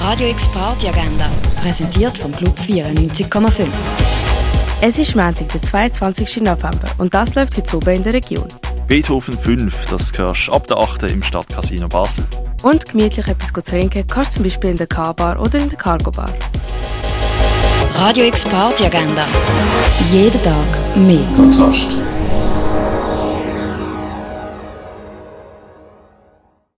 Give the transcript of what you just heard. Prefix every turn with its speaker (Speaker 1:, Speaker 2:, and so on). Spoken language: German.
Speaker 1: Radio X Party Agenda, präsentiert vom Club 94,5.
Speaker 2: Es ist Montag, der 22. November und das läuft heute oben in der Region.
Speaker 3: Beethoven 5, das hörst du ab der 8. im Stadtcasino Basel.
Speaker 2: Und gemütlich etwas zu trinken kannst du zum Beispiel in der K-Bar oder in der Cargo Bar.
Speaker 1: Radio X Party Agenda. Jeden Tag mehr.
Speaker 4: Kontrast.